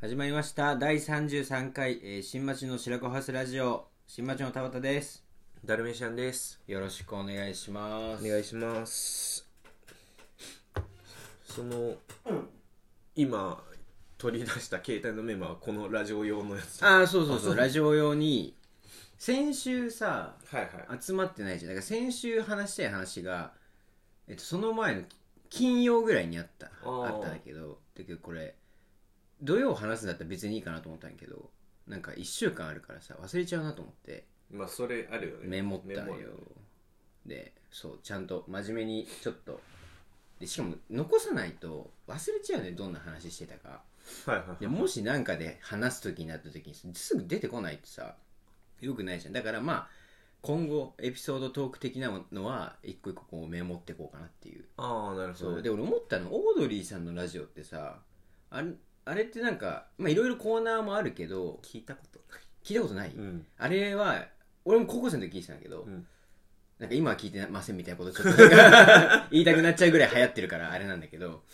始まりました第33回、えー新町の白子ハウスラジオ新町の田畑ですダルメシアンです。よろしくお願いしますお願いします。その、今取り出した携帯のメモはこのラジオ用のやつ。はああそうそうそうラジオ用に先週さいはい。集まってないじゃんだから先週話したい話が、えっと、その前の金曜ぐらいにあったあーあったんだけどだけどこれ土曜話すんだったら別にいいかなと思ったんやけどなんか1週間あるからさ忘れちゃうなと思ってまあそれあるよね。メモったのメよモでそうちゃんと真面目にちょっとでしかも残さないと忘れちゃうねどんな話してたかはいはいはい。でもし何かで話す時になった時にすぐ出てこないってさよくないじゃんだからまあ今後エピソードトーク的なのは一個一個こうメモってこうかなっていうああ、なるほそうど。で俺思ったのオードリーさんのラジオってさあれあれってなんかまあいろいろコーナーもあるけど聞いたこと聞いたことない、ない。うん。あれは俺も高校生の時聞いてたんだけど、うんなんか今は聞いてませんみたいなことちょっとなん か言いたくなっちゃうぐらい流行ってるからあれなんだけど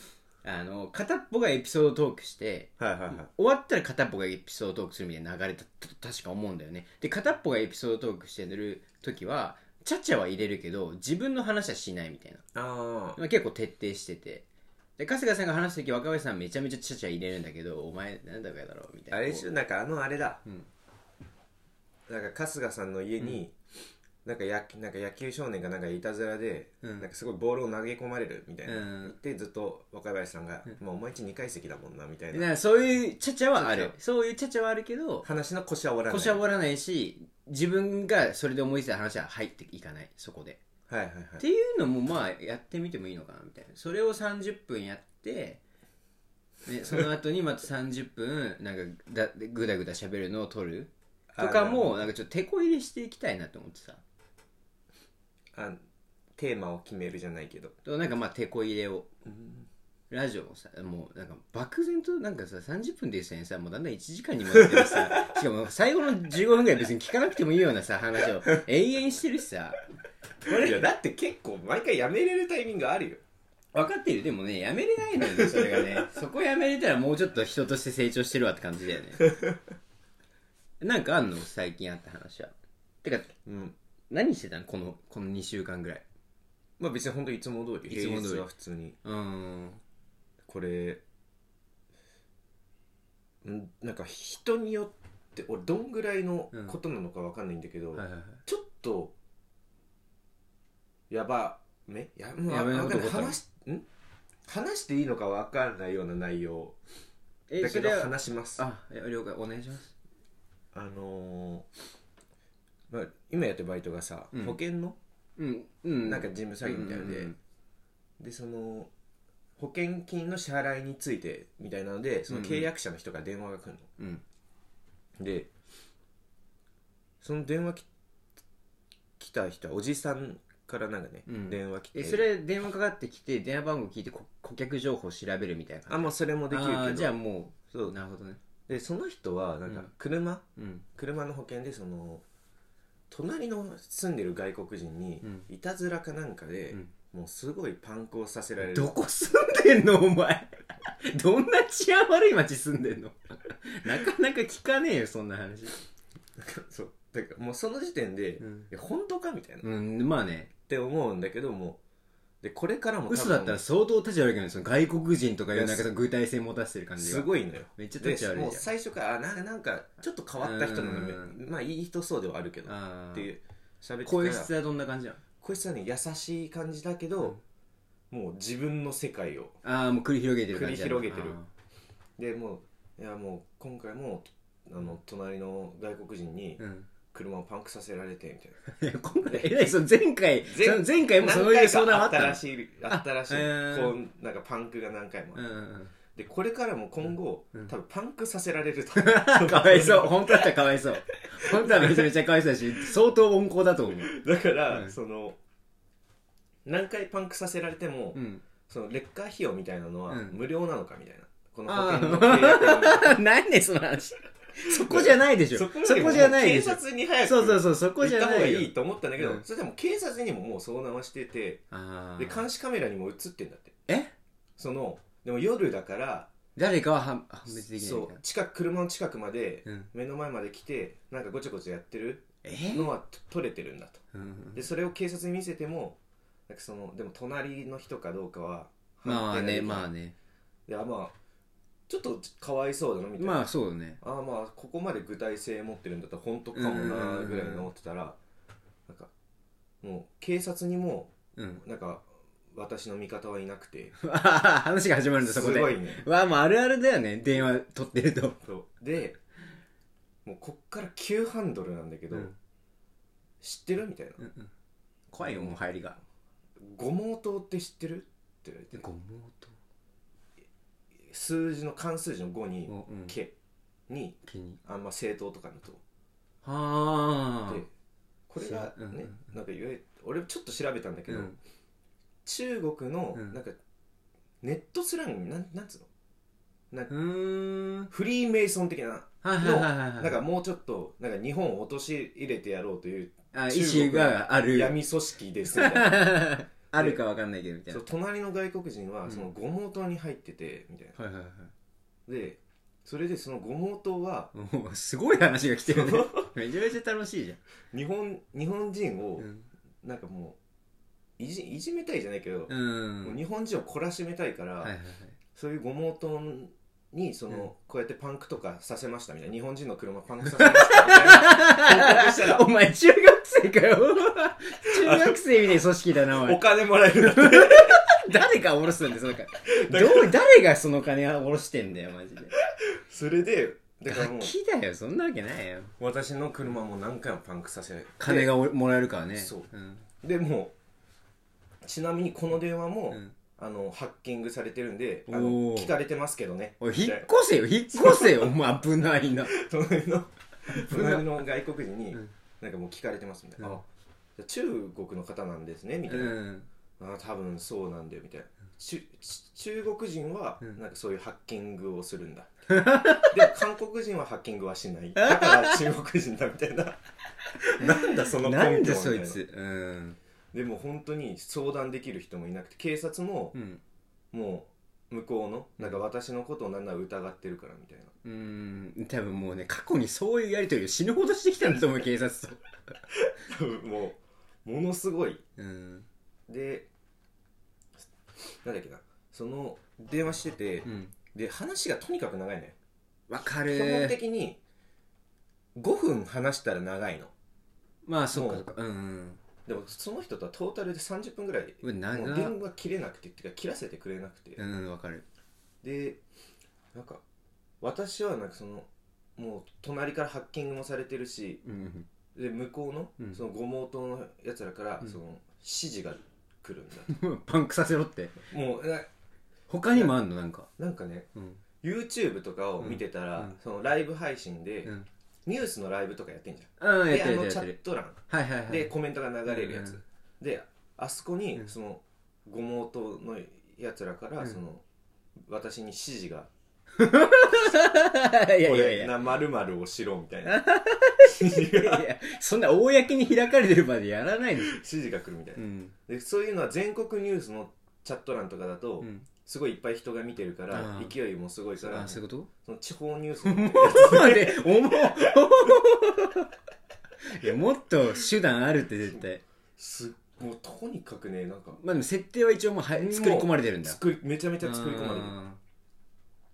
あの片っぽがエピソードトークしてはいはいはい。終わったら片っぽがエピソードトークするみたいな流れだったと確か思うんだよねで片っぽがエピソードトークしてる時はちゃちゃは入れるけど自分の話はしないみたいな、ああ。まあ、結構徹底しててで春日さんが話す時若林さんめちゃめちゃちゃちゃ入れるんだけどお前なんだかやだろうみたいなあれでしょなんかあのあれだ。うんなんか春日さんの家に、なんかやなんか野球少年がなんかいたずらで、うんなんかすごいボールを投げ込まれるみたいな、うんでずっと若林さんが「まあ、お前んち2階席だもんな」みたいでなんなかそういうちゃちゃはあるちゃちそういうちゃちゃはあるけど話の腰は折らない腰は折らないし自分がそれで思いついた話は入っていかないそこではいはいはいっていうのもまあやってみてもいいのかなみたいなそれを30分やって、ね、その後にまた30分なんかだぐだぐだ喋るのを撮るとかもなんかちょっと手こ入れしていきたいなと思ってさあのあテーマを決めるじゃないけどとなんかまあ手こ入れをラジオもさもうなんか漠然となんかさ30分でしたねさもうだんだん1時間にもなってるしさ しかも最後の15分ぐらい別に聞かなくてもいいようなさ話を永遠してるしさいやだって結構毎回やめれるタイミングあるよ分かってるでもねやめれないのよねそれがね そこやめれたらもうちょっと人として成長してるわって感じだよ ねなんかあんの最近あった話はてかうん何してたのこのこの2週間ぐらいまあ別に本当いつも通りいつも通り平日は普通にうーんこれんなんか人によって俺どんぐらいのことなのかわかんないんだけど、はいはいはいちょっとやばめや,、まあ、やばいなわことかんな起こいったの話しん話していいのかわかんないような内容えだそけれどは話しますあいや了解お願いしますあのーまあ、今やってるバイトがさ、うん保険のうんうんなんか事務作業みたいので、うんうんでその保険金の支払いについてみたいなのでその契約者の人から電話が来るの、うんうんでその電話き来た人はおじさんからなんかね、うん電話来てえそれ電話かかってきて電話番号聞いてこ顧客情報調べるみたいなあ感じもうそれもできるあーけどじゃあもそううなるほどねでその人はなんかうん車、うん車の保険でその隣の住んでる外国人にうんいたずらかなんかで、うんもうすごいパンクをさせられるどこ住んでんの お前どんな治安悪い町住んでんの なかなか聞かねえよそんな話 そうだからもうその時点で、うんいや本当かみたいな、っうんまあねて思うんだけどもうでこれからも多分嘘だったら相当立ち悪いけどねその外国人とかいういなやんかその具体性持たせてる感じがすごいのよめっちゃ立ち悪いじゃんでもう最初からあなんかなんかちょっと変わった人なのでうまあいい人そうではあるけどっあていあう喋ってたら声質はどんな感じなの声質はね優しい感じだけど、もう自分の世界をああもう繰り広げてる感じなの繰り広げてるあでもういやもう今回もあの隣の外国人にーうん車をパンクさせられてみたいいや 今回えらいその前回前その前回もなそういう相談はああっったたのらしいあったらしいあへーこうなんかパンクが何回もあうっんて、うんでこれからも今後、うん多分パンクさせられるとうん かわいそう本当だったらかわいそう本当はめちゃめちゃかわいそうだし相当温厚だと思う だから、うんその何回パンクさせられても、うんそのレッカー費用みたいなのはうん無料なのかみたいな、この保あ険の契約あ何ねその話 そこじゃないでしょそそここよりもじゃないでし警ょ察に早くそうそうそうそこじゃ行ったな方がいよいいと思ったんだけど、うんそれでも警察にももう相談はしててあーで監視カメラにも映ってんだってえそのでも夜だから誰かは判判別できないそからう近く車の近くまで、うん目の前まで来てなんかごちゃごちゃやってるえのはと取れてるんだとうんでそれを警察に見せてもなんかそのでも隣の人かどうかはまあねまああねいやまあちょっとかわいそうだなみたいな、まあそうだねああまあここまで具体性持ってるんだったら本当かもなぐらいに思ってたらなんかもう警察にもうん なんか私の味方はいなくて話が始まるんだすそこでごいねわあもうあるあるだよね電話取ってるとそうでもうこっから急ハンドルなんだけど、うん知ってるみたいな怖いよもう入りが「五毛頭って知ってる?」って言われてごも数字の漢数字の5にうん「け」に気にあんま正当とかのとはあでこれがうんうんねなんかいわゆる俺ちょっと調べたんだけど、うん中国のうんなんかネットスラングなんなんつうのうーんフリーメイソン的なはいはいはいはいはいなんかもうちょっとなんか日本を陥れてやろうというあ中意国思がある闇組織ですみ たいなあるかわかんないけどみたいそなう隣の外国人うはんその五毛島に入っててみたいなはいはいはいでそれでその五毛島 はもうすごい話が来てるねめちゃめちゃ楽しいじ日本日本人ゃんをうんなんかもういじいじめたいじゃないけど、うんもう日本人を懲らしめたいから、はいはいはいそういう五毛島にその、うんこうやってパンクとかさせましたみたいな日本人の車パンクさせましたみたいな報告したらお前中学生かよ中学生みたいな組織だなおお前金もらえるんだって 誰が下ろすんだよその金どう誰がその金を下ろしてんだよマジでそれでだからも楽う器だよそんなわけないよ私の車も何回もパンクさせ金がおもらえるからねそうんでもうちなみにこの電話も、うんあのハッキングされてるんであのおー聞かれてますけ どねおいみ引たっいな越せよ引っ越せよお前危ないな隣のん隣の外国人に、うんなんかもう聞かれてますみたいな、うんあじゃあ中国の方なんですねみうたいな、んあ多分そうなんだよみたいな、ち中国人はうんなんかそういうハッキングをする んだでも韓国人はハッキングはしないだから中国人だみたいななんだその根拠なんでみたそいいなつうんでも本当に相談できる人もいなくて警察もうんもう向こうのなんか私のことをなんなら疑ってるからみたいなうん多分もうね過去にそういうやり取りを死ぬほどしてきたんだと 思う警察と多分 もうものすごいうんでなんだっけなその電話してて、うんで話がとにかく長いねわか基本る的に5分話したら長いのまあそっかそっかうんでもその人とはトータルで30分ぐらいもうわ長う電話切れなくてっていうか切らせてくれなくて、うんわかるでなんか私はなんかそのもう隣からハッキングもされてるしうん で向こうの,、うんその五毛頭のやつらから、うんその指示が来るんだ パンクさせろってもうな他にもあんのなんかなんかねうん YouTube とかを見てたら、うんうんそのライブ配信で、うんニュースのライブとかやってんじうんゃんやでっあてるのやっチてャッるト欄はいはいはいでコメントが流れるやつ、うんであそこにうんその五毛頭のやつらから、うんその私に指示がい「や こいやいれやな〇〇をしろ」みた いな指示いがやいやそんな公に開かれてる場でやらないでしょ指示が来るみたいな、んでそういうのは全国ニュースのチャット欄とかだと、うんすごいいっぱい人が見てるからあー勢いもすごいからあそういうこその地方ニュースのと 待 って重っいやもっと手段あるって絶対すもうとにかくねなんかまあでも設定は一応もうはもう作り込まれてるんだ作りめちゃめちゃ作り込まれあ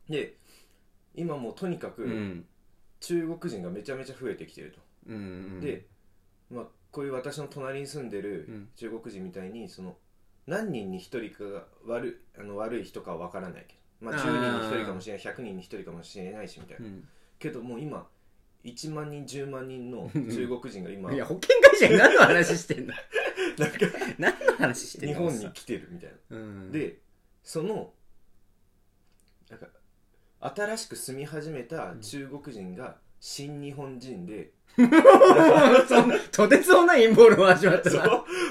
てるで今もうとにかーうくん中国人がめちゃめちゃ増えてきてると、うんうんで、まあ、こういう私の隣に住んでうるん中国人みたいにその何人に1人かが悪いあの悪い人かは分からないけど、まあ、あー10人に1人かもしれない100人に1人かもしれないしみたいなうんけどもう今1万人10万人の中国人が今いなやんか保険会社に何の話してんの何の話してん日の本に来てるみたいな、うんでそのなんか新しく住み始めた中国人が新日本 人で、 そんとてつもない陰謀論始まったそな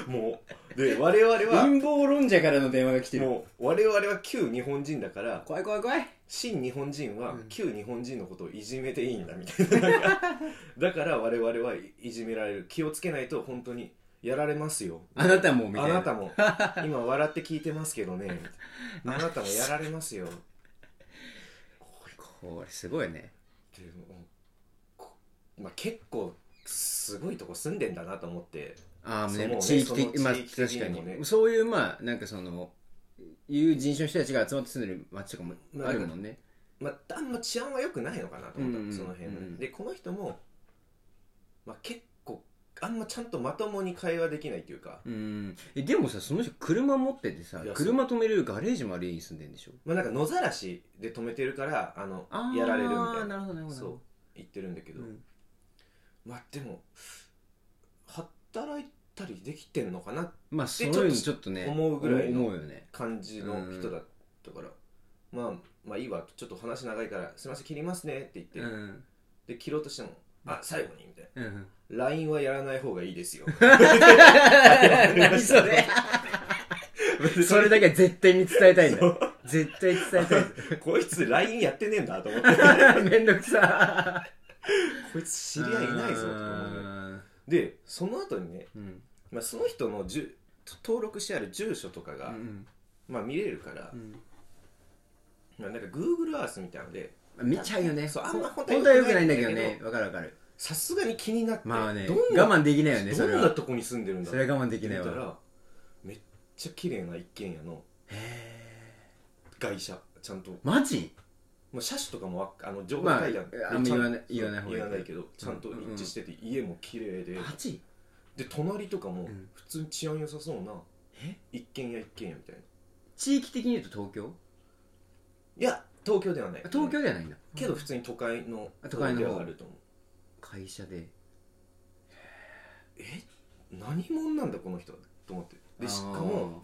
うもうで我々は陰謀論者からの電話が来てるもう我々は旧日本人だから怖い怖い怖い新日本人はうん旧日本人のことをいじめていいんだみたいななん かだから我々はいいじめられる気をつけないと本当にやられますよあなたもみたあいなな たも今笑って聞いてますけどねあなたもやられますよこれすごいねでもこまあ、結構すごいとこ住んでんだなと思ってああ、そうねね地域的、そまあの地域確的かにもねにそういうまあなんかそのいう人種の人たちが集まって住んでる街とかもあるもんね、まあ、あんま治安は良くないのかなと思った、うんうんその辺のね、うんうんでこの人も、まあ、結構あんまちゃんとまともに会話できないっていうか、うんえでもさその人車持っててさいやそう車止めれるガレージもある家に住んでんでしょまあ、なんか野ざらしで止めてるからあのやられるみあたーいななるほどなるほどそう言ってるんだけど、うんまあでも働いたりできてんのかなまあそういうのちょっとね思うぐらいの思うよね感じの人だったから、まあまあいいわちょっと話長いからすいません切りますねって言って、うんで切ろうとしても「あ最後に」みたいなうん 「LINE はやらない方がい いですよ」何それそれだけは絶対に伝えたいんそだう絶対伝えたいん こいつ LINE やってねえんだと思って だめんどくさこいつ知り合いいないぞと思ってでその後にね、うんまあ、その人の住登録してある住所とかうが、んまあ、見れるから、うんまあ、なんか Google Earth みたいなので見ちゃうよねそうあんま本本当当ははよ良くくなないんいんだだけけどどねわかるわかるさすがに気になって、まあねどんな我慢できないよねそれどんなはとこに住んでるんだそれ我慢できない見たわらめっちゃ綺麗な一軒家の外車ちゃんと、マジまあ、車種とかもわあの情報まあ書いてある、あんまちゃん言わない言わない方がいい言わないけどちゃんと一致してて、家も綺麗でマジで隣とかもん普通に治安良さそうなえ一軒家一軒家みたいな地域的に言うと東京いや東京ではないあ東京ではないんだけど普通に都会のあ都会の方ではあると思う会社でえ何者なんだこの人はと思ってでしかあーも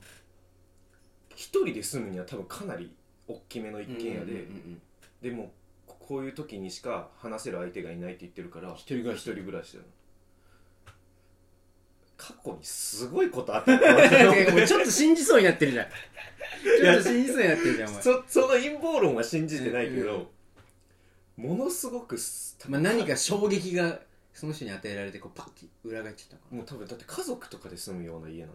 一人で住むには多分かなり大きめの一軒家で、うんうんうんでもここういう時にしか話せる相手がいないって言ってるから一人暮らし一人暮らしだな過去にすごいこと あったなもうちょっと信じそうになってるじゃんちょっと信じそうになってるじゃんお前そその陰謀論は信じてないけうど、ものすごくすまあ何か衝撃がその人に与えられてこうパッて裏返っちゃったのかなもう多分だって家族とかで住むような家なの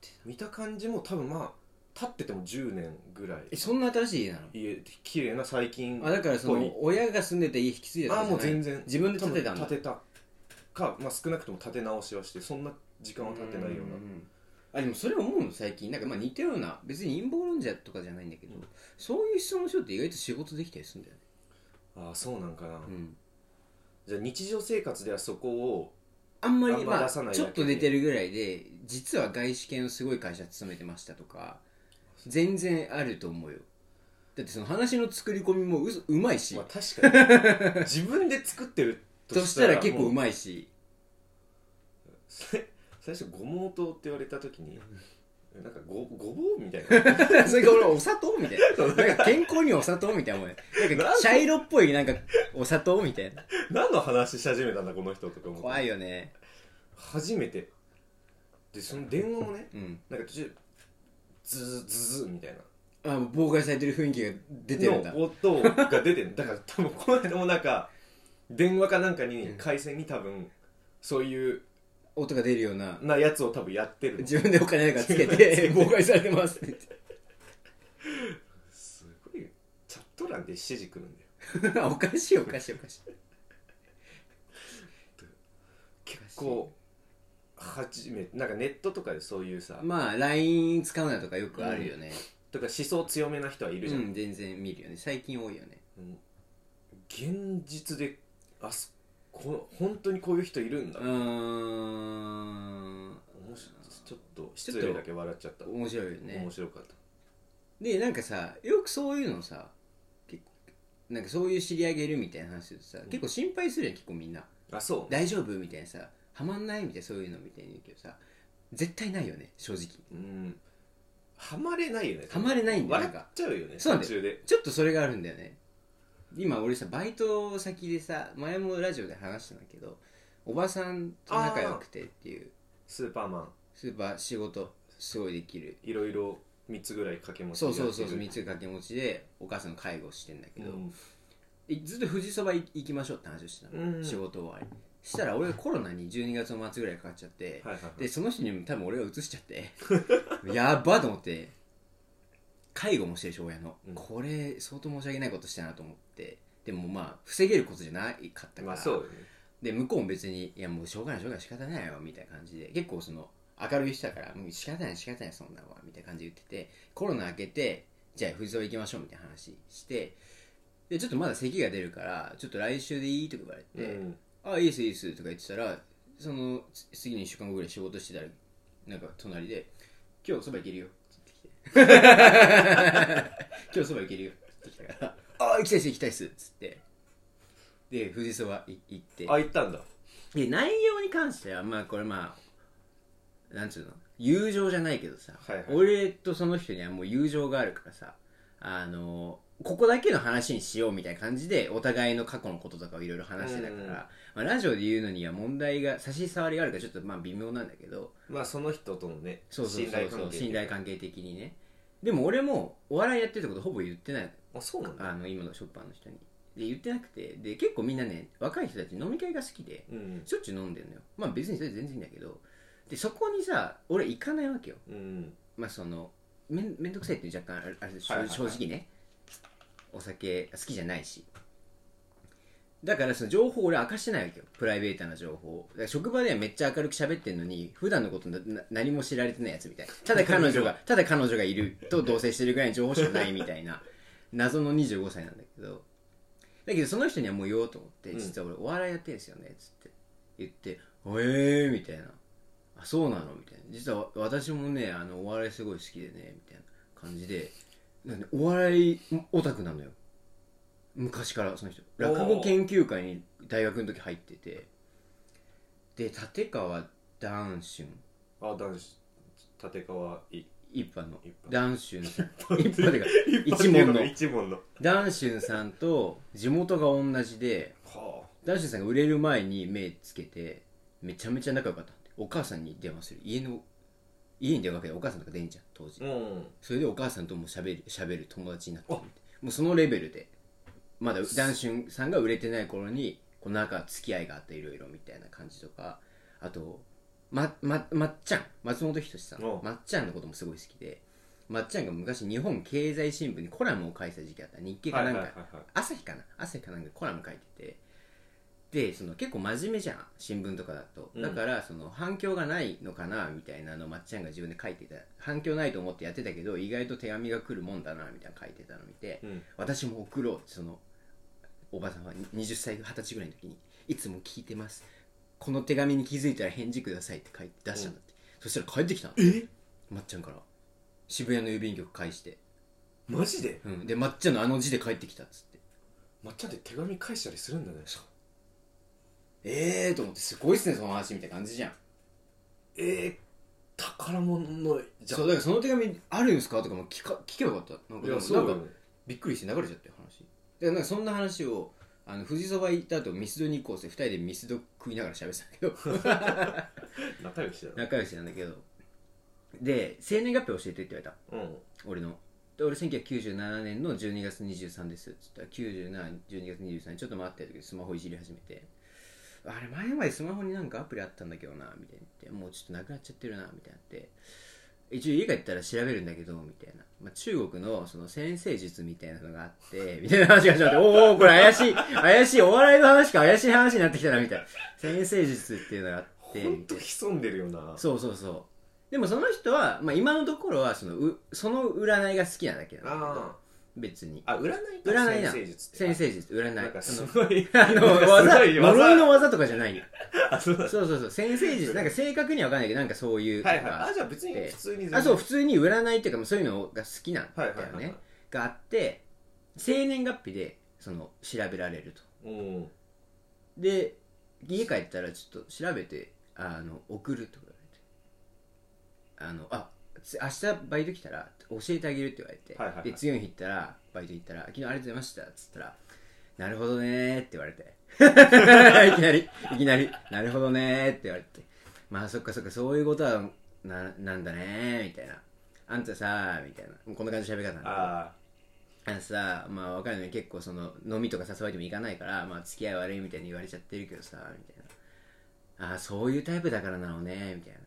て見た感じも多分まあ立ってても10年ぐらいえそんな新しい家なの家綺麗な最近あだからそっぽいの親が住んでた家引き継いだとあかあじゃもうない全然自分で建てたんだ多分建てたか、まあ、少なくとも建て直しはしてそんな時間は経ってないようなあでもそれ思うの最近なんかまあ似たような別に陰謀論者とかじゃないんだけど、うんそういう質問の人って意外と仕事できたりするんだよね、ああそうなんかな、うん、じゃあ日常生活ではそこをあんまりあんまま出さないあだちけょでっと出てるぐらいで実は外資系のすごい会社勤めてましたとか全然あると思うよだってその話の作り込みもううまいし、まあ確か に自分で作ってるとしたら結構ういまいし最初「ご毛頭」って言われた時になんかごごぼうみたい なそれが俺お砂糖みた いななんか健康にお砂糖みたいなお前なんか茶色っぽいなんかお砂糖みたいな何の話し始めたんだこの人とか思って怖いよね初めてでその電話もねうんなんか途中ズズズズみたいなあ妨害されてる雰囲気が出てるんだの音が出てるだから多分この間もなんか電話かなんかに回線に多分そういう音が出るようななやつを多分やってるの自分でお金なんかつけ て妨害されてますってすごいよチャット欄で指示くるんだよ言っておかしいおかしいおかしい結構初めてなんかネットとかでそういうさまあ LINE 使うなとかよくあるよね、とか思想強めな人はいるうじゃん、ん、全然見るよね最近多いよねうん現実であそこ本当にこういう人いるんだ、うーん面白いちょっと失礼だけ笑っちゃった、面白いよね面白かったでなんかさよくそういうのさ結構なんかそういう知り合いがいるみたいな話するとさ結構心配するやん結構みんなあそう大丈夫みたいなさはまんないみたいなそういうのみたいに言うけどさ絶対ないよね正直うんハマれないよねハマれないんだよ笑っちゃうよねそうなんだ途中でちょっとそれがあるんだよね今俺さバイト先でさ前もラジオで話したんだけどおばさんと仲良くてっていうスーパーマンスーパー仕事すごいできるいろいろ3つぐらい掛け持ちそうそうそうやってる三つ掛け持ちでお母さんの介護してんだけど、うんいずっと富士そば行きましょうって話をしてたの、うん仕事終わりしたら俺コロナに12月の末ぐらいかかっちゃって、はいはいはい でその人にも多分俺が移しちゃってやばと思って介護もしてるし親の、うんこれ相当申し訳ないことしたなと思ってでもまあ防げることじゃないかったから、まあそうよねで向こうも別にいやもうしょうがないしょうがない仕方ないよみたいな感じで結構その明るい人だからもう仕方ない仕方ないそんなんはみたいな感じで言っててコロナ明けてじゃあ富士山行きましょうみたいな話してでちょっとまだ咳が出るからちょっと来週でいいとか言われうて、んあいいですいいですとか言ってたらそのつ次の1週間後ぐらい仕事してたらなんか隣で「今日そば行けるよ」って言ってき て「今日そば行けるよ」って言ってきたから「あ行きたいっす行きたいっす」っつってで富士そばい行ってあ行ったんだで内容に関してはまあこれまあなんつうの友情じゃないけどさ、はいはい俺とその人にはもう友情があるからさあのここだけの話にしようみたいな感じでお互いの過去のこととかをいろいろ話してたから、うんまあ、ラジオで言うのには問題が差し障りがあるからちょっとまあ微妙なんだけどまあその人とのねそうそう信そ頼うそ関う係信頼関係的にねでも俺もお笑いやってるってことほぼ言ってないあそうなんだあの今のショッパーの人にで言ってなくてで結構みんなね若い人たち飲み会が好きでうんしょっちゅう飲んでんのよまあ別にそれ全然いいんだけどでそこにさ俺行かないわけようんまあそのめんめんどくさいっていう若干あれあれ、正はいはいはい正直ねお酒好きじゃないしだからその情報を俺明かしてないわけよプライベートな情報をだから職場ではめっちゃ明るく喋ってんのに普段のことなな何も知られてないやつみたいただ彼女がただ彼女がいると同棲してるぐらいの情報しかないみたいな謎の25歳なんだけどだけどその人にはもう言おうと思ってうん実は俺お笑いやってるんですよねっつって言って「ええー」みたいな「あそうなの?」みたいな「実は私もねあのお笑いすごい好きでね」みたいな感じでなんでお笑いオタクなのよ昔からその人おー落語研究会に大学の時入っててで立川談春あ男子立川い一派の一派談春さん一派てか一一門の一門の談春さんと地元が同じではダンシュさんが売れる前に目つけてめちゃめちゃ仲良かったんでお母さんに電話する家の家に電話かけてお母さんとか出んじゃん当時あうんそれでお母さんとも喋る喋る友達になってるみたいなもうそのレベルでまだダンシュンさんが売れてない頃にこう仲付き合いがあっていろいろみたいな感じとかあとまままっちゃん松本人志さんおうまっちゃんのこともすごい好きでまっちゃんが昔日本経済新聞にコラムを書いてた時期あった日経かなんか朝日かな朝日かなんかコラム書いててでその結構真面目じゃん新聞とかだとうんだからその反響がないのかなみたいなのをまっちゃんが自分で書いてた反響ないと思ってやってたけど意外と手紙が来るもんだなみたいなの書いてたの見てうん私も送ろうってそのおばさんは20歳20歳ぐらいの時にいつも聞いてますこの手紙に気づいたら返事くださいって書いて出したんだって、そしたら帰ってきたのえまっちゃんから渋谷の郵便局返して、マジでうん、でまっちゃんのあの字で帰ってきたっつってまっちゃんって手紙返したりするんだねええー、と思ってすごいっすねその話みたいな感じじゃんええ宝物のじゃそうだからその手紙あるんですかとかも聞か聞けばよかったなんんかいやなそんうかよねびっくりして流れちゃって話でなんかそんな話をあの富士そば行った後ミスドに行こうって2人でミスド食いながら喋ってたけど 仲良しだな仲良しなんだけどで生年月日教えてって言われたうん俺ので俺1997年の12月23ですっつったら9712月23ちょっと待ってる時スマホいじり始めてあれ前までスマホになんかアプリあったんだけどなみたいに言ってもうちょっとなくなっちゃってるなみたいになって一応家帰ったら調べるんだけどみたいな、まあ、中国のその先生術みたいなのがあって みたいな話が始まっておおこれ怪しい怪しいお笑いの話か怪しい話になってきたなみたいな先生術っていうのがあってほんと潜んでるよなそうそうそうでもその人は、まあ、今のところはそのうその占いが好きなだけなんだけどあ別にああ占い占いなの先生術って先生術占いなんかそすのご いあのなんかす技ごい技呪いの技とかじゃないよあそうだそうそうそう先生術なんか正確には分かんないけどなんかそういうはいなんかはいあじゃあ別に普通に全然あそう普通に占いっていうかそういうのが好きなんだはよいね、はいはいはいがあって生年月日でその調べられるとうんで家帰ったらちょっと調べてあの送るとか言われてあのあつ明日バイト来たら教えてあげるって言われて、はいはいはいで次の日行ったらバイト行ったら「昨日ありがとうございました」っつったら「なるほどねー」って言われ ていきなりいきなり「なるほどねー」って言われて「まあそっかそっかそういうことはななんだねー」みたいな「あんたさー」みたいなもうこんな感じの喋り方なんだけどああのさまあ若いのに結構その飲みとか誘われても行かないから、まあ、付き合い悪いみたいに言われちゃってるけどさみたいなあーそういうタイプだからなのねみたいな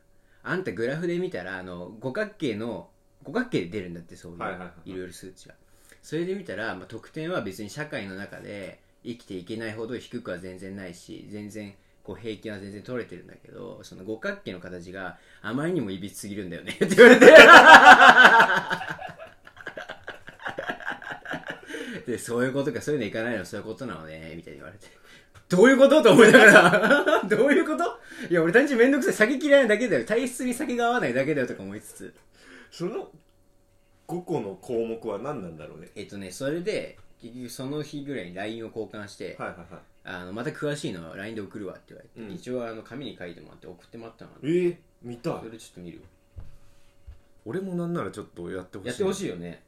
あんたグラフで見たらあの五角形の五角形で出るんだってそういう、はいいはいはいろいろ数値がそれで見たら、まあ、得点は別に社会の中で生きていけないほど低くは全然ないし全然こう平均は全然取れてるんだけどその五角形の形があまりにもいびつすぎるんだよねって言われてでそういうことかそういうのいかないのそういうことなのねみたいに言われてどういうことと思いながら どういうこといや俺単純にめんどくさい酒嫌いなだけだよ体質に酒が合わないだけだよとか思いつつその5個の項目は何なんだろうねえっとねそれで結局その日ぐらいに LINE を交換して、はいはいはいあのまた詳しいのは LINE で送るわって言われて、うん一応あの紙に書いてもらって送ってもらったのえー、見たいそれちょっと見る俺もなんならちょっとやってほしいやってほしいよね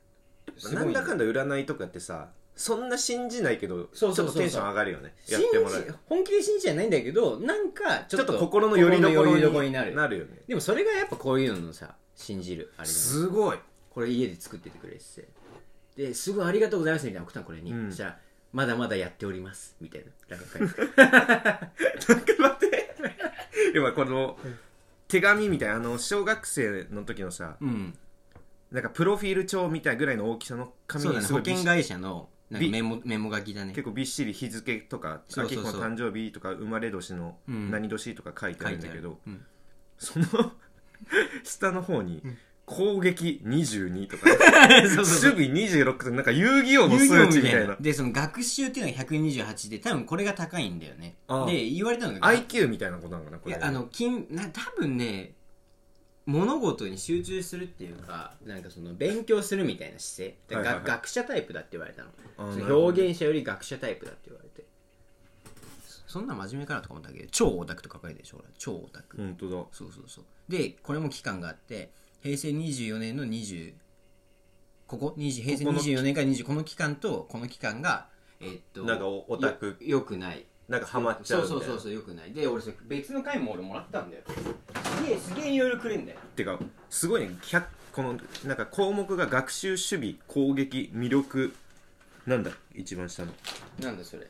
すごないんねだかんだ占いとかってさそんな信じないけどそうそうそうそうちょっとテンション上がるよね信やじってもらう本気で信じじゃないんだけどなんかちょちょっっとと心のよりどころ心の拠りに所になるなるよねでもそれがやっぱこういうののさ信じるあれだねすごいこれ家で作っててくれってですごいありがとうございますみたいな送ったのこれに、うんそしたらまだまだやっておりますみたいな LINE が返って待って今この手紙みたいなあの小学生の時のさうんなんかプロフィール帳みたいぐらいの大きさの紙そうだにねす保ごいびっ険し、会社のなんかびメモメモ書きだね結構びっしり日付とかそうそうそうあ結構誕生日とか生まれ年のうん何年とか書いてあ書るいんてだあけるど、うんその下の方にうん「攻撃22」とか そうそう守備26とかなんか遊戯王の数値みたいなでその学習っていうのが128で多分これが高いんだよねああで言われたのが IQ みたいなことなのかなこいれやあの金な多分ね物事に集中するっていうかなんかその勉強するみたいな姿勢、はいはいはがい学者タイプだって言われたのあそーのなるほど表現者より学者タイプだって言われてそそんな真面目かなとか思ったけど超オタクとか書いてるでしょ俺超オタク、本当だそうそうそうでこれも期間があって平成24年の20ここ20平成ここの24年から20この期間とこの期間がえっとなんかおオタクよよくないなんかハマっちゃうみたそいなうそうそうそうよくないで俺それ別の回も俺もらったんだよすげえすげえいろいろくれんだよてかすごいね100このなんか項目が学習守備攻撃魅力なんだ一番下のなんだそれ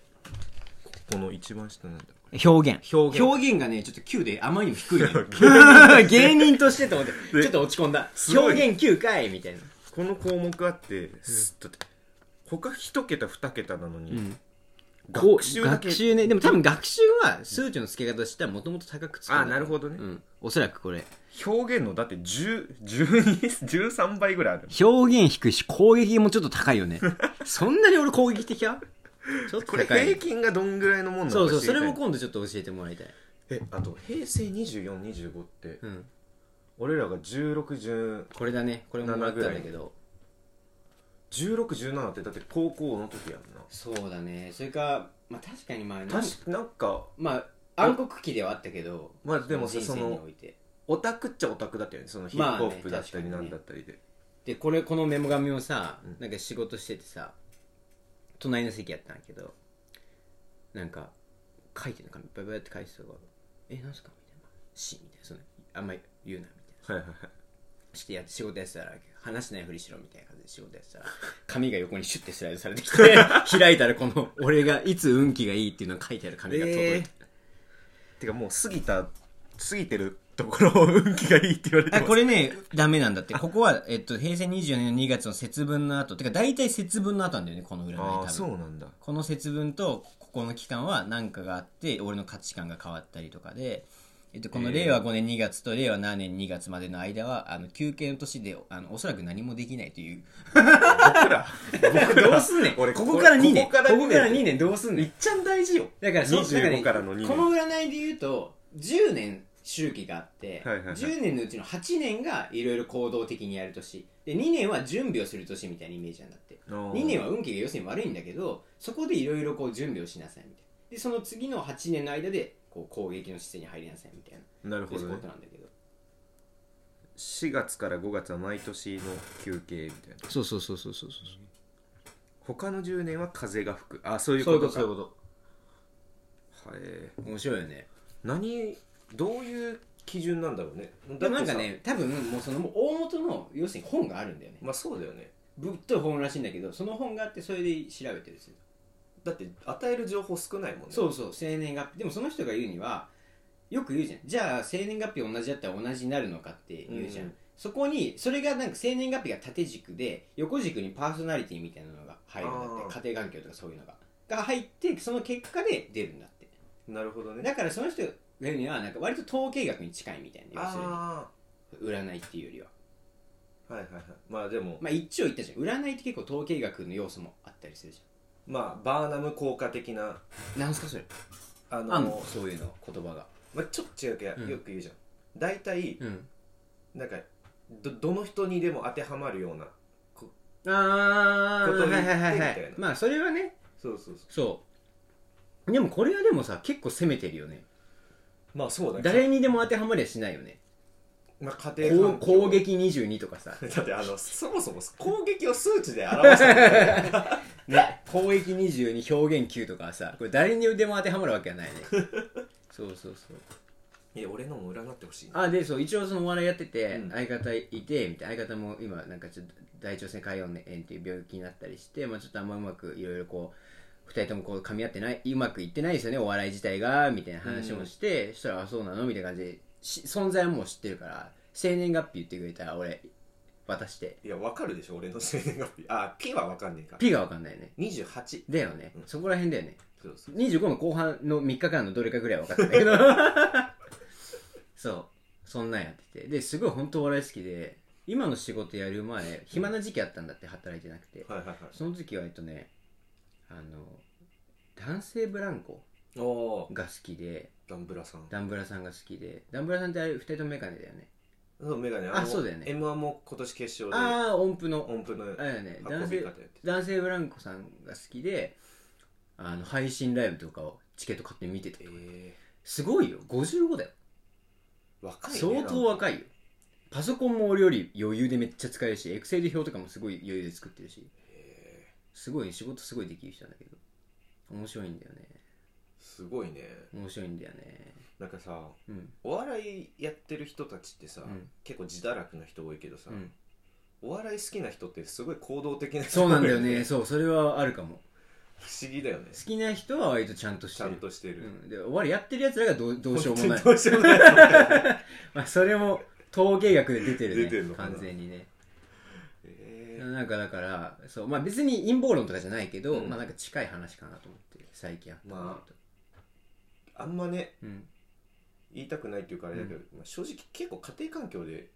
ここの一番下なんだ表現表現表現がねちょっと9であ まりにも低いね芸人としてと 思ってでちょっと落ち込んだすごい表現9回みたいなこの項目あって、すだって他一桁二桁なのに、ん学習だけ学習ねでも多分学習は数値の付け方としてはもともと高くつくんだあなるほどねうん、おそらくこれ表現のだって10 12 13倍ぐらいある表現低いし攻撃もちょっと高いよね そんなに俺攻撃的やちょっとこれ高い平均がどんぐらいのもんなそのうかそう知りそたれいも今度ちょっと教えてもらいたい、えあと平成2425ってうん、俺らが1617これだねこれももらったんだけどってだって高校の時やんなそうだねそれかまあ確かにまあなん確かなんかまあ暗黒期ではあったけどまあでもさ人生そのにおいてオタクっちゃオタクだったよねそのヒップホップだったりなんだったりで、でこれこのメモ紙をさうんなんか仕事しててさ隣の席やったんだけどなんか書いてるのかバイバイって書いてたから「えなんすか?」みたいな「し」みたいなそのあんまり言うなみたいなはいはいはいしてやって仕事やってたら話しないふりしろみたいな感じで仕事やってたら紙が横にシュッてスライドされてき て開いたらこの俺がいつ運気がいいっていうのが書いてある紙が届いて、てかもう過ぎた過ぎてるところを運気がいいって言われてあますこれねダメなんだってここは、えっと、平成24年の2月の節分の後てか大体節分の後なんだよねこの占い多あ分あそうなんだこの節分とここの期間は何かがあって俺の価値観が変わったりとかで、えっと、このへえ令和5年2月と令和7年2月までの間はあの休憩の年であのおそらく何もできないと いう僕らどうすんねんこ俺こから2年ここから2年2年どうすんねんちゃん大事よだからそうだね25からの2年この占いで言うと10年周期があって、はいはいはい10年のうちの8年がいろいろ行動的にやる年で2年は準備をする年みたいなイメージなんだって2 2年はは運気が要するに悪いんだけどそこでいろいろこう準備をしなさいみたいなでその次の8年の間でこう攻撃の姿勢に入りなさいみたいななるそうほいうこど、ねと、なんだけど4月から5月は毎年の休憩みたいなそうそうそうそうそうそう他の10年は風が吹くあそういうそうこいうこととかそういうことはいえ面白いよねー何どういう基準なんだろうねでもだなっんてかさね多分もうそのもう大元の要するに本があるんだよねまあそうだよねぶっとい本らしいんだけどその本があってそれで調べてるんですよだって与える情報少ないもんねそうそう生年月日でもその人が言うにはよく言うじゃんじゃあ生年月日同じだったら同じになるのかって言うじゃん、うんそこにそれがなんか生年月日が縦軸で横軸にパーソナリティみたいなのが入るんだあっーて家庭環境とかそういうのがが入ってその結果で出るんだってなるほどねだからその人が言うにはなんか割と統計学に近いみたいな要するあに占いっていうよりはあはいはいはいまあでもまあ一応言ったじゃん占いって結構統計学の要素もあったりするじまあバーナム効果的なゃんなんすかそれあのあんのそういうの言葉がまあ、ちょっと違うけど、うんよく言うじゃん大体うんなんかどどの人にでも当てはまるようなああことを言ってはみたいいなまあそれはねそうそうそそうでもこれはでもさ結構攻めてるよねうまあそうだね誰にでも当てはまりゃしないよねまあ、家庭攻環境攻撃22とかさ だってあのそもそも攻撃を数値で表 したんだよね攻撃22表現9とかはさこれ誰にでも当てはまるわけはないねそうそうそういや俺のも占ってほしいなあでそう一応そのお笑いやってて、うん相方いてみたいな相方も今なんかちょっと大腸性潰瘍炎っていう病気になったりして、まあ、ちょっとあんまうまくいろいろこう2人ともこう噛み合ってないうまくいってないですよねお笑い自体がみたいな話もして、そしたらあそうなのみたいな感じでし存在はもう知ってるから生年月日言ってくれたら俺渡していやわかるでしょ俺の生年月日あ P はわかんねえか P が分かんないよね28だよね、うんそこら辺だよねそうそう25の後半の3日間のどれかぐらいは分かってた けどそうそんなんやっててですごい本当お笑い好きで今の仕事やる前暇な時期あったんだって働いてなくてはいはいはいその時は割とねあの男性ブランコおおが好きでダンブラさんダンブラさんが好きでダンブラさんってあれ2人ともメガネだよねそうメガネあそうだよね m 1も今年決勝でああ音符の音符のあれだよね男運び性方やって男性ブランコさんが好きであの配信ライブとかをチケット買って見ててえすごいよ55だよー、若いね相当若いよパソコンも俺より余裕でめっちゃ使えるしエクセル表とかもすごい余裕で作ってるしえすごい仕事すごいできる人なんだけど面白いんだよねーすごいね面白いんだよねなんかさうんお笑いやってる人たちってさ、うん結構自堕落な人多いけどさ、うんお笑い好きな人ってすごい行動的な人そうなんだよね 不そうそれはあるかも思議だよね好きな人は割とちゃんとしちてゃるんとしてうる、ん、でお笑いやってるやつらがどうどうしようもない 本当にどうしようもない まあそれも統計学で出てるね出てるのかな完全にねえーなんかだからそう、まあ、別に陰謀論とかじゃないけど、うんまあ、なんか近い話かなと思って最近あったことだとあんまねうん、言いたくないっていうかあれだけど、まあ正直結構家庭環境で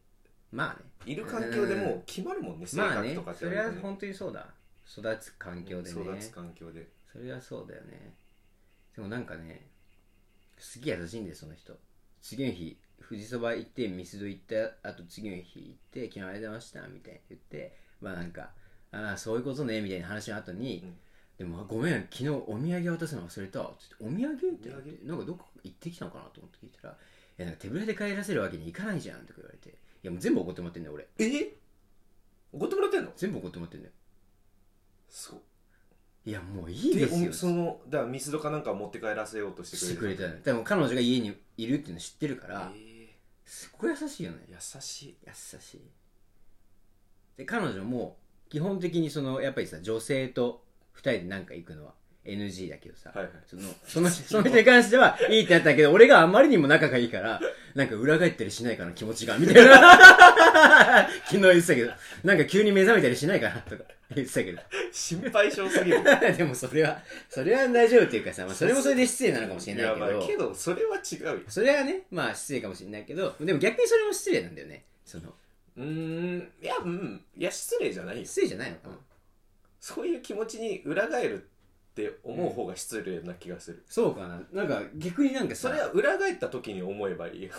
まあねいる環境でもう決まるもんね、性まあ格ねとかってそあれはるよね本当にそうだ育つ環境でね育つ環境でそれはそうだよねでもなんかねすげえ優しいんだよその人次の日富士そば行ってミスド行ったあと次の日行って昨日ありがとうございましたみたいに言ってまあなんかああそういうことねみたいな話の後に、でもごめん昨日お土産渡すの忘れたつってお土産ってなっお土てなんかどこか行ってきたのかなと思って聞いたらいやなんか手ぶらで帰らせるわけにいかないじゃんとか言われていやもう全部怒ってもらってんだよ俺え怒ってもらってんの全部怒ってもらってんだよそういやもういいでですよおそのだからミスドかなんかを持って帰らせようとしてしてくくれれてたのよでも彼女が家にいるっていうの知ってるからえすっごい優しいよねー優しい優しいで彼女も基本的にそのやっぱりさ女性と2人でなんか行くのは NG だけどさ、はいはいそのそのその人に関してはいいってなったけど俺があまりにも仲がいいからなんか裏返ったりしないかな気持ちがみたいな 昨日言ってたけどなんか急に目覚めたりしないかなとか言ってたけど心配性すぎる でもそれはそれは大丈夫っていうかさ、まあ、それもそれで失礼なのかもしれないけやまどあけどそれは違うよそれはねまあ失礼かもしれないけどでも逆にそれも失礼なんだよねそのうーんいやうんいや失礼じゃないよ失礼じゃないのかな、うんそういう気持ちに裏返るって思う方が失礼な気がする、そうかななんか逆になんかそされは裏返った時に思えばいい い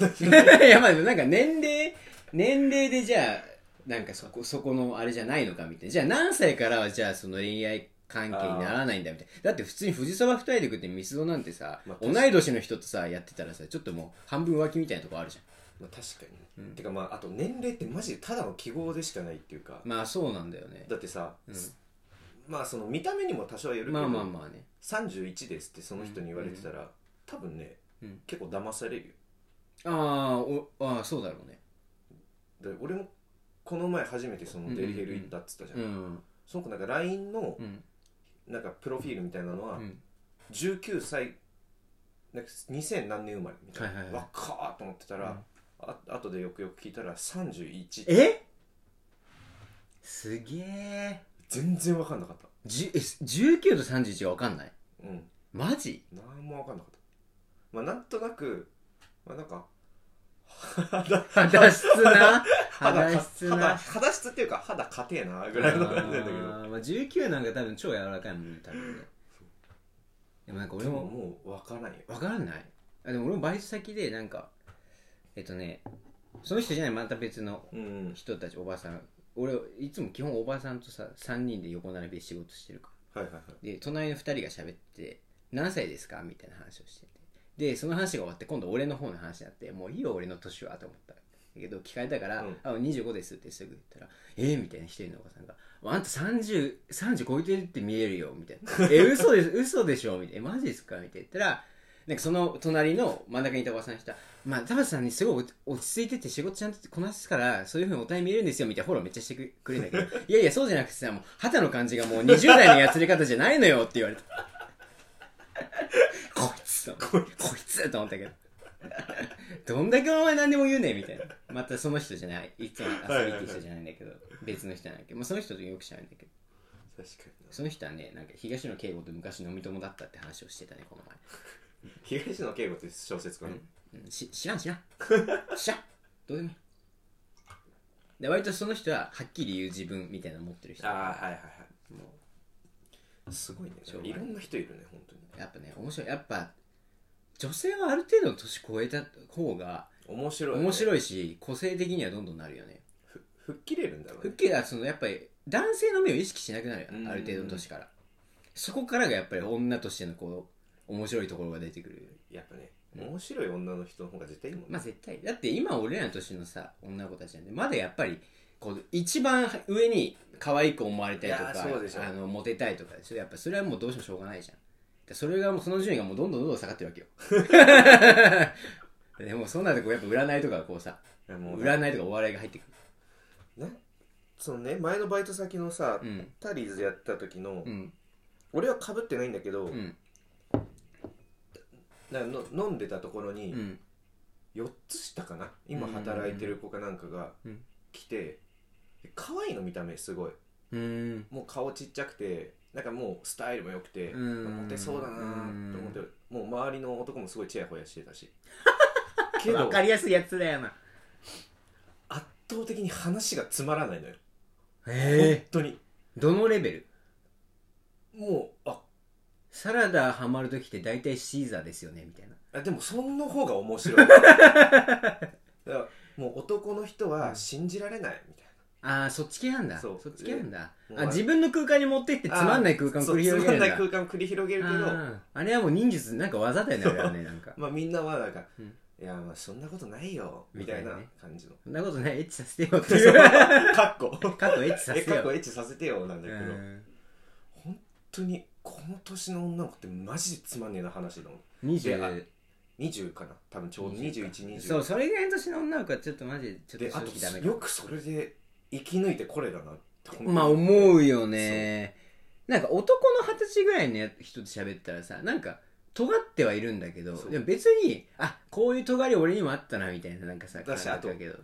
やまあでもなんか年齢年齢でじゃあなんかそこそこのあれじゃないのかみたいなじゃあ何歳からはじゃあその恋愛関係にならないんだみたいなだって普通に富士そば2人で食ってミスドなんてさ、まあ同い年の人とさやってたらさちょっともう半分浮気みたいなとこあるじ まあ確かに、うんてかまああと年齢ってマジでただの記号でしかないっていうかゃんまあそうなんだよねだってさ、うんすまあその見た目にも多少はよるけど、まあまあまあね31ですってその人に言われてたら、多分ね、うん結構騙されるよあーおあーそうだろうねで俺もこの前初めてそのデリヘル行ったっつったじゃん、うんその子なんか LINE のうんなんかプロフィールみたいなのうはん19歳なんか2000何年生まれみたいな、はいはいはい若ーと思ってたら、うんあ後でよくよく聞いたら31えすげえ全然分かんなかったじゅえ19と31が分かんないうんマジ何も分かんなかったまあなんとなくまあなんか 肌肌質な 肌肌質肌な肌質っていうか肌硬えなぐらいの感じなんだけどあーまあ、19なんか多分超柔らかいもんね多分ねでもなんか俺でもももう分からんよ分からないあでも俺もバイト先でなんかえっとねその人じゃないまた別のうん人たちおばさん俺いつも基本おばさんとさ3人で横並びで仕事してるからはいはいはいで隣の2人が喋って「何歳ですか?」みたいな話をしててでその話が終わって今度俺の方の話になって「もういいよ俺の年は」と思ったんだけど聞かれたから「うんあ25です」ってすぐ言ったら「えーみたいな一人のおばさんが「あんた 30, 30超えてるって見えるよ」みたいな「え嘘です嘘でしょ」みたいな「えマジですか?」みたいな言ったらなんかその隣の真ん中にいたおばさんの人は「まあ田畑さんにすごい落ち着いてて仕事ちゃんとこなすからそういうふうにお互い見えるんですよ」みたいなフォローめっちゃしてくれるんだけど「い やいやそうじゃなくてさもう肌の感じがもう20代のやつり方じゃないのよ」って言われた こいつとこいつと思ったけど どんだけお前何でも言うねんみたいなまたその人じゃないいつも遊びっていう人じゃないんだけど別の人なんだけど、まあ、その人とよく喋るんだけど確かになその人はねなんか東野圭吾と昔飲み友だったって話をしてたねこの前東野圭吾って小説家ねうんし知らん知ら ん知らんどうでもいいで割とその人ははっきり言う自分みたいなの持ってる人ああはいはいはいもすごいねそういろんな人いるね本当にうやっぱね面白いやっぱ女性はある程度の年超えた方が面白い、ね、面い白いし個性的にはどんどんなるよね吹っ切れるんだろうふっねきりはそのやっぱり男性の目を意識しなくなるようんある程度の年からそこからがやっぱり女としてのこう面白いところが出てくるやっぱね面白い女の人の方が絶対いいもんね、まあ絶対だって今俺らの年のさ女の子たちなんでまだやっぱりこう一番上に可愛く思われたりといやーそうでしょかあのモテたいとかでしょやっぱそれはもうどうしてもしょうがないじゃんでそれがもうその順位がもうどんどんどんどん下がってるわけよ でもそうなるとこうやっぱ占いとかこうさいやもう占いとかお笑いが入ってくねそのね前のバイト先のさ、るうんタリーズやった時の、うん俺はかぶってないんだけど、うんなの飲んでたところうに、ん4つ下かな今働いてる子かなんかがうん来て、で可愛いの見た目すごいうんもう顔ちっちゃくてなんかもうスタイルも良くて、うんモテそうだなーと思ってもう周りの男もすごいチヤホヤして たしけわどかりやすいやつだよな圧倒的に話がつまらないのよ、え本当にえどのレベルもうあサラダハマる時って大体シーザーですよねみたいなあでもその方が 面白いだからもう男の人は信じられないみたいああそっち系なんだそうっち系なんだでもうあ自分の空間に持ってってつなまんない空間を繰り広げるんだそうつまんない空間を繰り広げるけどあーあれはもう忍術なんか技だよねあれはねなん かまあみんなはなんか、うんいやまあそんなことないよみたいな感じの。そんなことないエッチさせてよって そいううかっこ。カットエッチさえ、せてかっこよエッチさせてよなんだうけど、ん本当にこの年の女の子ってマジでつまんねえな話だもん。であ20 20かな多分ちょうど21、20。そうそれぐらいの年の女の子はちょっとマジでちょっで、とあ正直ダメとかよくそれで生き抜いてこれだなって本当にまあ思うよねなんか男の二十歳ぐらいのや人と喋ったらさなんか尖ってはいるんだけどそうでも別にあこういう尖り俺にもあったなみたいななんかさだし感じだけど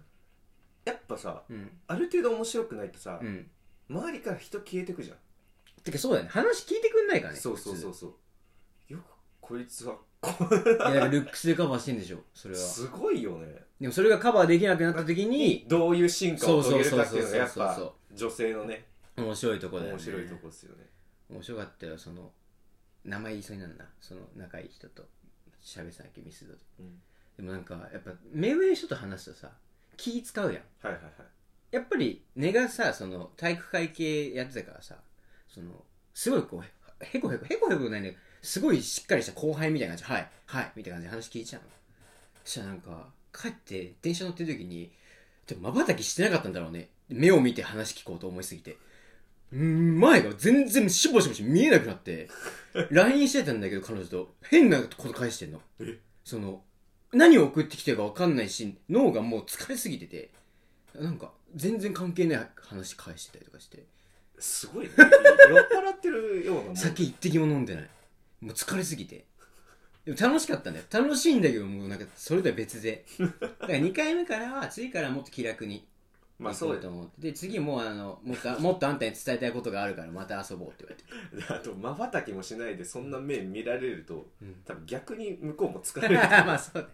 やっぱさ、うんある程度面白くないとさ、うん周りから人消えてくじゃん。てかそうだよね話聞いてくんないからねそうそうそううそう。よくこいつは、こ いやだからルックスでカバーしてんでしょそれはすごいよね。でもそれがカバーできなくなった時にどういう進化そをうそ遂うげるそかうってそういうのがそうやっそうぱそ女性のねう面白いとこだよね面白いとこですよね面白かったよその名前言いそうになんだその仲いい人と喋ってたっけミスドでうんでもなんかやっぱ目上の人と話すとさ気使うやんはいはいはいやっぱり根がさその体育会系やってたからさそのすごいこうへこへこへこへこないんだけどすごいしっかりした後輩みたいな感じはいはいみたいな感じで話聞いちゃうのそしたらなんか帰って電車乗ってる時にでも瞬きしてなかったんだろうね目を見て話聞こうと思いすぎてうん前が全然しぼしぼし見えなくなって LINE してたんだけど彼女と変なこと返してんのえその何を送ってきてるか分かんないし脳がもう疲れすぎててなんか全然関係ない話返してたりとかしてす ごい、ね、酔っ払ってるようなもん酒一滴も飲んでないもう疲れすぎてでも楽しかったんだよ楽しいんだけどもうなんかそれとは別でだから2回目からは次からもっと気楽にまあ行こそううだと思ってで次もうあのもっともっとあんたに伝えたいことがあるからまた遊ぼうって言われてで あとまばたきもしないでそんな目見られると、うん多分逆に向こうも疲 れると思 うまあそうだ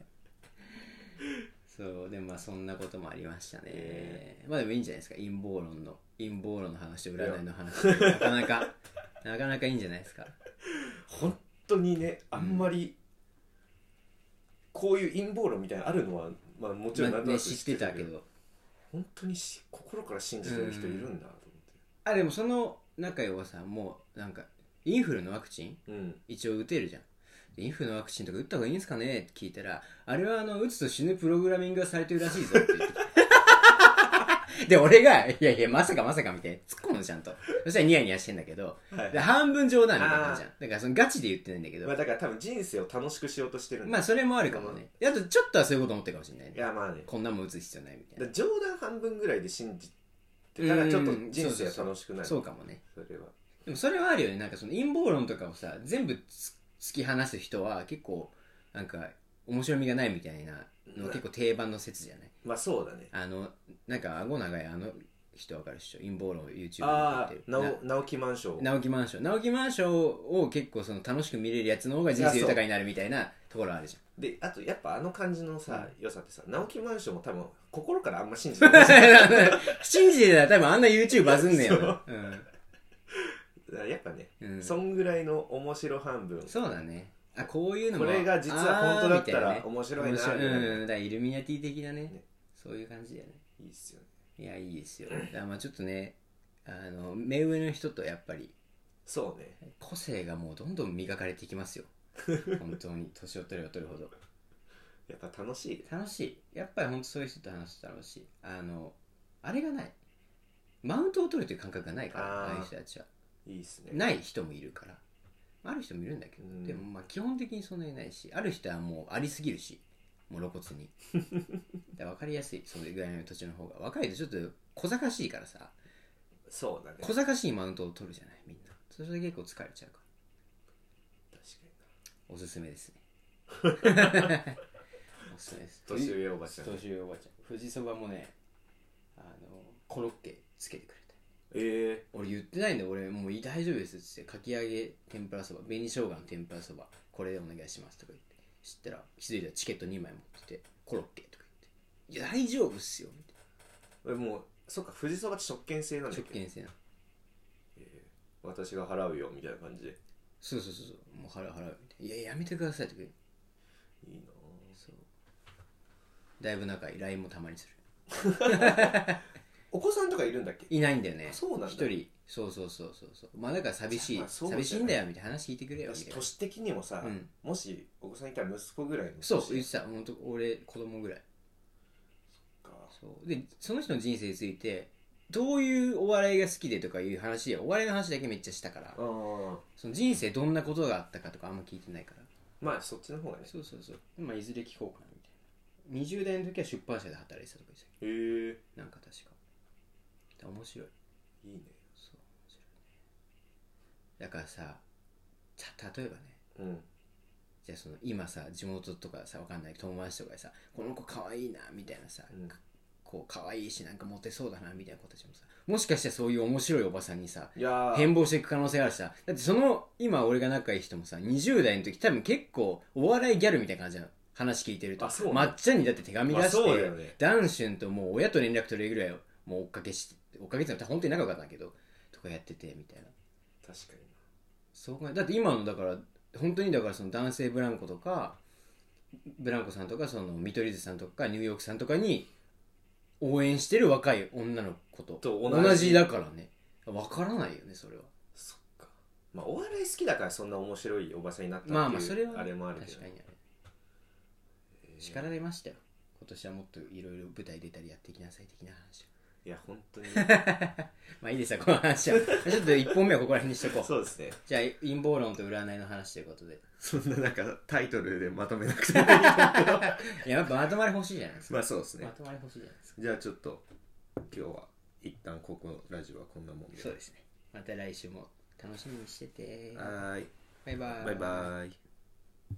そうでもまあそんなこともありましたね、えまあでもいいんじゃないですか陰謀論の陰謀論の話と占いの話となかなかなかなかいいんじゃないですか本当にねあんまりこういう陰謀論みたいなのあるのは、まあ、もちろんまなあんとなね、く知ってたけど本当にし心から信じてる人いるんだとあでもその仲良はさもうなんかインフルのワクチン思って、一応打てるじゃんでインフルのワクチンとか打った方がいいんですかねって聞いたらあれはあの打つと死ぬプログラミングがされてるらしいぞって言って きてで俺が「いやいやまさかまさか」みたいに突っ込むのちゃんとそしたらニヤニヤしてんだけどうんはいで半分冗談みたいな感じじゃんだからそのガチで言ってないんだけどまあ、だから多分人生を楽しくしようとしてるんだ、まあそれもあるかもねあとちょっとはそういうこと思ってるかもしれないいねやまあねこんなもん打つ必要ないみたいだな冗談半分ぐらいで信じてたらちょっと人生は楽しくなるそうかもねそれはでもそれはあるよねなんかその陰謀論とかをさ全部つ突き放す人は結構なんか面白みがないみたいなのは結構定番の説じゃないまあそうだねあのなんか顎長いあの人わかるっしょ陰謀論 YouTube あであなやってるお直木マンションな直木マンション直木マンションを結構その楽しく見れるやつの方が人生豊かになるみたいなところある じであとやっぱあの感じのさ、良さってさ直木マンションも多分心からあんま信じゃてんない 信じてたら多分あんな YouTube バズんねえよなだからやっぱね、うんうんそんぐらいの面白半分そうだねあこういうのもこれが実は本当だっあーみいたなねら面白いなみたいなうんだからイルミナティ的なねねそういう感じだよねいいっすよねいやいいですよだからまあちょっとねあの目上の人とやっぱりそうね個性がもうどんどん磨かれていき ますよ本当に年を取れば取るほどやっぱ楽しい楽しいやっぱり本当そういう人と話すと楽しいあのあれがないマウントを取るという感覚がないからああーあいう人たちはいいっすねない人もいるからある人もいるんだけど、うんでもまあ基本的にそんなにないしある人はもうありすぎるしもう露骨 にだから分かりやすいそれぐらいの土地の方が若いとちょっと小賢しいからさそうだね小賢しいマウントを取るじゃないみんなそれで結構疲れちゃうか確かにらおすすめ ですねおすすめです年上おばちゃん年上おばちゃん富士そばもねあのコロッケつけてくれたえ俺言ってないんだよ俺もういい大丈夫ですっつってかき揚げ天ぷらそば紅生姜の天ぷらそばこれでお願いしますとか言って知ったら気づいたらチケット2枚持っててコロッケとか言って「いや大丈夫っすよ」みたいえもうそっか富士そばって食券制ななんだっ食け券制なの私が払うよみたいな感じでそうそうそうそうもう払う払うみたいな「いややめてください」とか言っていいなそうだいぶ仲いい LINE もたまにするお子さんとかいるんだっけいないんだよねそうなんだ一人そうそうそうそうそうまあだから寂しい、まあそうだよね寂しいんだよみたいな話聞いてくれよみたいな年的にもさ、うんもしお子さんいたら息子ぐらいの年そう言ってた本当俺子供ぐらいかそうでその人の人生についてどういうお笑いが好きでとかいう話でお笑いの話だけめっちゃしたからああその人生どんなことがあったかとかあんま聞いてないからまあそっちの方がねそうそうそうまあいずれ聞こうかなみたいな20代の時は出版社で働いてたとか言ってへえたなんか確かだから面白いいいねそう面白いねだからさた例えばねうんじゃあその今さ地元とかさわかんない友達とかでさこの子かわいいなみたいなさ、うんこう可愛いしなんかモテそうだなみたいな子たちもさもしかしてそういう面白いおばさんにさいやー変貌していく可能性があるしさだってその今俺が仲いい人もさ20代の時多分結構お笑いギャルみたいな感じなの話聞いてるとあそうなのまっちゃんにだって手紙出まあそうだよしてねダンシュンともう親と連絡取れるぐらいもう追っかけし追っかけてたの本当に仲良かったんだけどとかやっててみたいな確かにそうかだって今のだから本当にだからその男性ブランコとかブランコさんとかその見取り図さんとかニューヨークさんとかに応援してる若い女の子とと同同じじだからね分からないよねそれはそっかまあお笑い好きだからそんな面白いおばさんになったっていうまあまあそれはね、あれもあるけ確どかにあれ叱られましたよ今年はもっといろいろ舞台出たりやっていきなさい的な話いや本 当にまあいいですよこの話は ちょっと1本目はここら辺にしとこうそうですねじゃあ陰謀論と占いの話ということでそんななんかタイトルでまとめなくてもいややっぱまとまり欲しいじゃないですか まあそうですまとまり欲しいじゃないですかじゃあちょっと今日は一旦ここのラジオはこんなもんそうですね。また来週も楽しみにしてて。はーいバイバイ。バイバイ